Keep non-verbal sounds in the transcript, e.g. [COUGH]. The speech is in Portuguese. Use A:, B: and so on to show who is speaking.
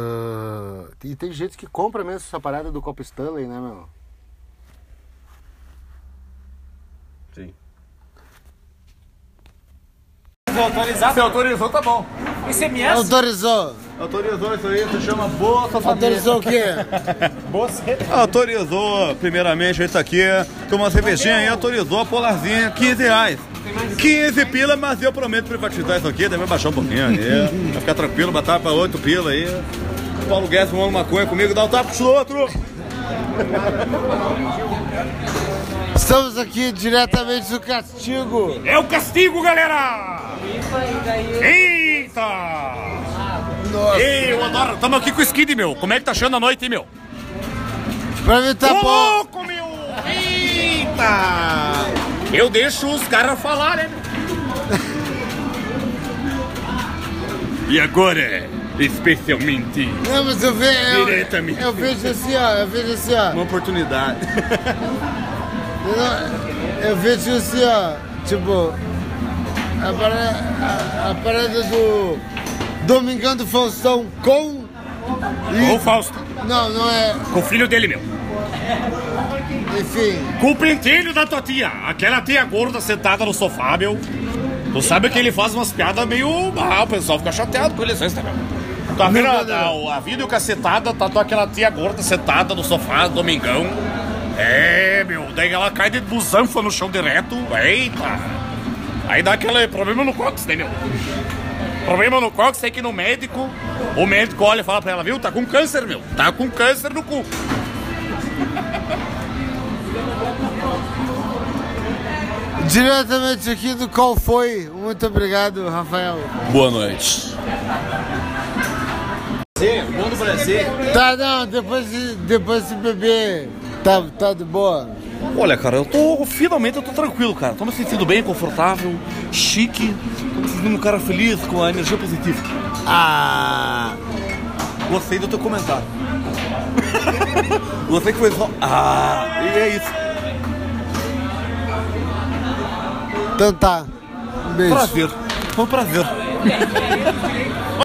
A: Ah, e tem gente que compra mesmo essa parada do copo Stanley, né, meu?
B: Sim.
C: Autorizar?
B: Você autorizou, tá bom.
C: ICMS?
A: Autorizou!
B: Autorizou isso aí, se chama Bolsa
A: Autorizou o quê?
B: Autorizou, primeiramente, isso aqui. Tomou uma cervejinha aí, autorizou a polarzinha, 15 reais. 15 pila, mas eu prometo privatizar isso aqui, deve baixar um pouquinho ali. Vai ficar tranquilo, botar pra 8 pila aí. O Paulo Guedes fumando maconha comigo, dá um tapa pro outro.
A: Estamos aqui diretamente do castigo!
C: É o castigo, galera! Eita!
A: Nossa!
C: Ei, eu adoro. Tamo aqui com o Skid, meu. Como é que tá achando a noite, hein, meu?
A: Pra mim tá
C: Ô,
A: bom!
C: louco, meu! Eita! Eu deixo os caras falarem. e agora, especialmente...
A: Não, mas eu vejo. Eu,
C: Diretamente.
A: eu vejo assim, ó. Eu vejo assim, ó.
B: Uma oportunidade.
A: Eu, não- eu vejo assim, ó. Tipo. A parada, a, a parada do. Domingão do Faustão com.
C: Ô, Fausto,
A: Não, não é.
C: com o filho dele, meu.
A: Enfim.
C: Com o pentelho da tua tia. Aquela tia gorda sentada no sofá, meu. Tu sabe que ele faz umas piadas meio. Ah, o pessoal fica chateado com eles, tá, meu? Tá vendo
A: Não,
C: a,
A: não, não.
C: a, a vida e o cacetada, tá tua aquela tia gorda sentada no sofá, domingão. É, meu, daí ela cai de busanfa no chão direto. Eita! Aí dá aquele problema no cóccix, né, meu? Problema no cóccix é que no médico, o médico olha e fala pra ela, viu, tá com câncer, meu. Tá com câncer no cu.
A: Diretamente aqui do Qual Foi. Muito obrigado, Rafael.
B: [LAUGHS] Boa noite. Bom do Brasil.
A: Tá, não. Depois, de- depois desse bebê. Tá, tá de boa?
B: Olha, cara, eu tô. Finalmente eu tô tranquilo, cara. Tô me sentindo bem, confortável, chique. Tô me sentindo um cara feliz com a energia positiva.
A: Ah.
B: Gostei do teu comentário. [LAUGHS] Gostei que foi só. Ah! E é isso.
A: Então tá. Um beijo.
B: Prazer. Foi um prazer.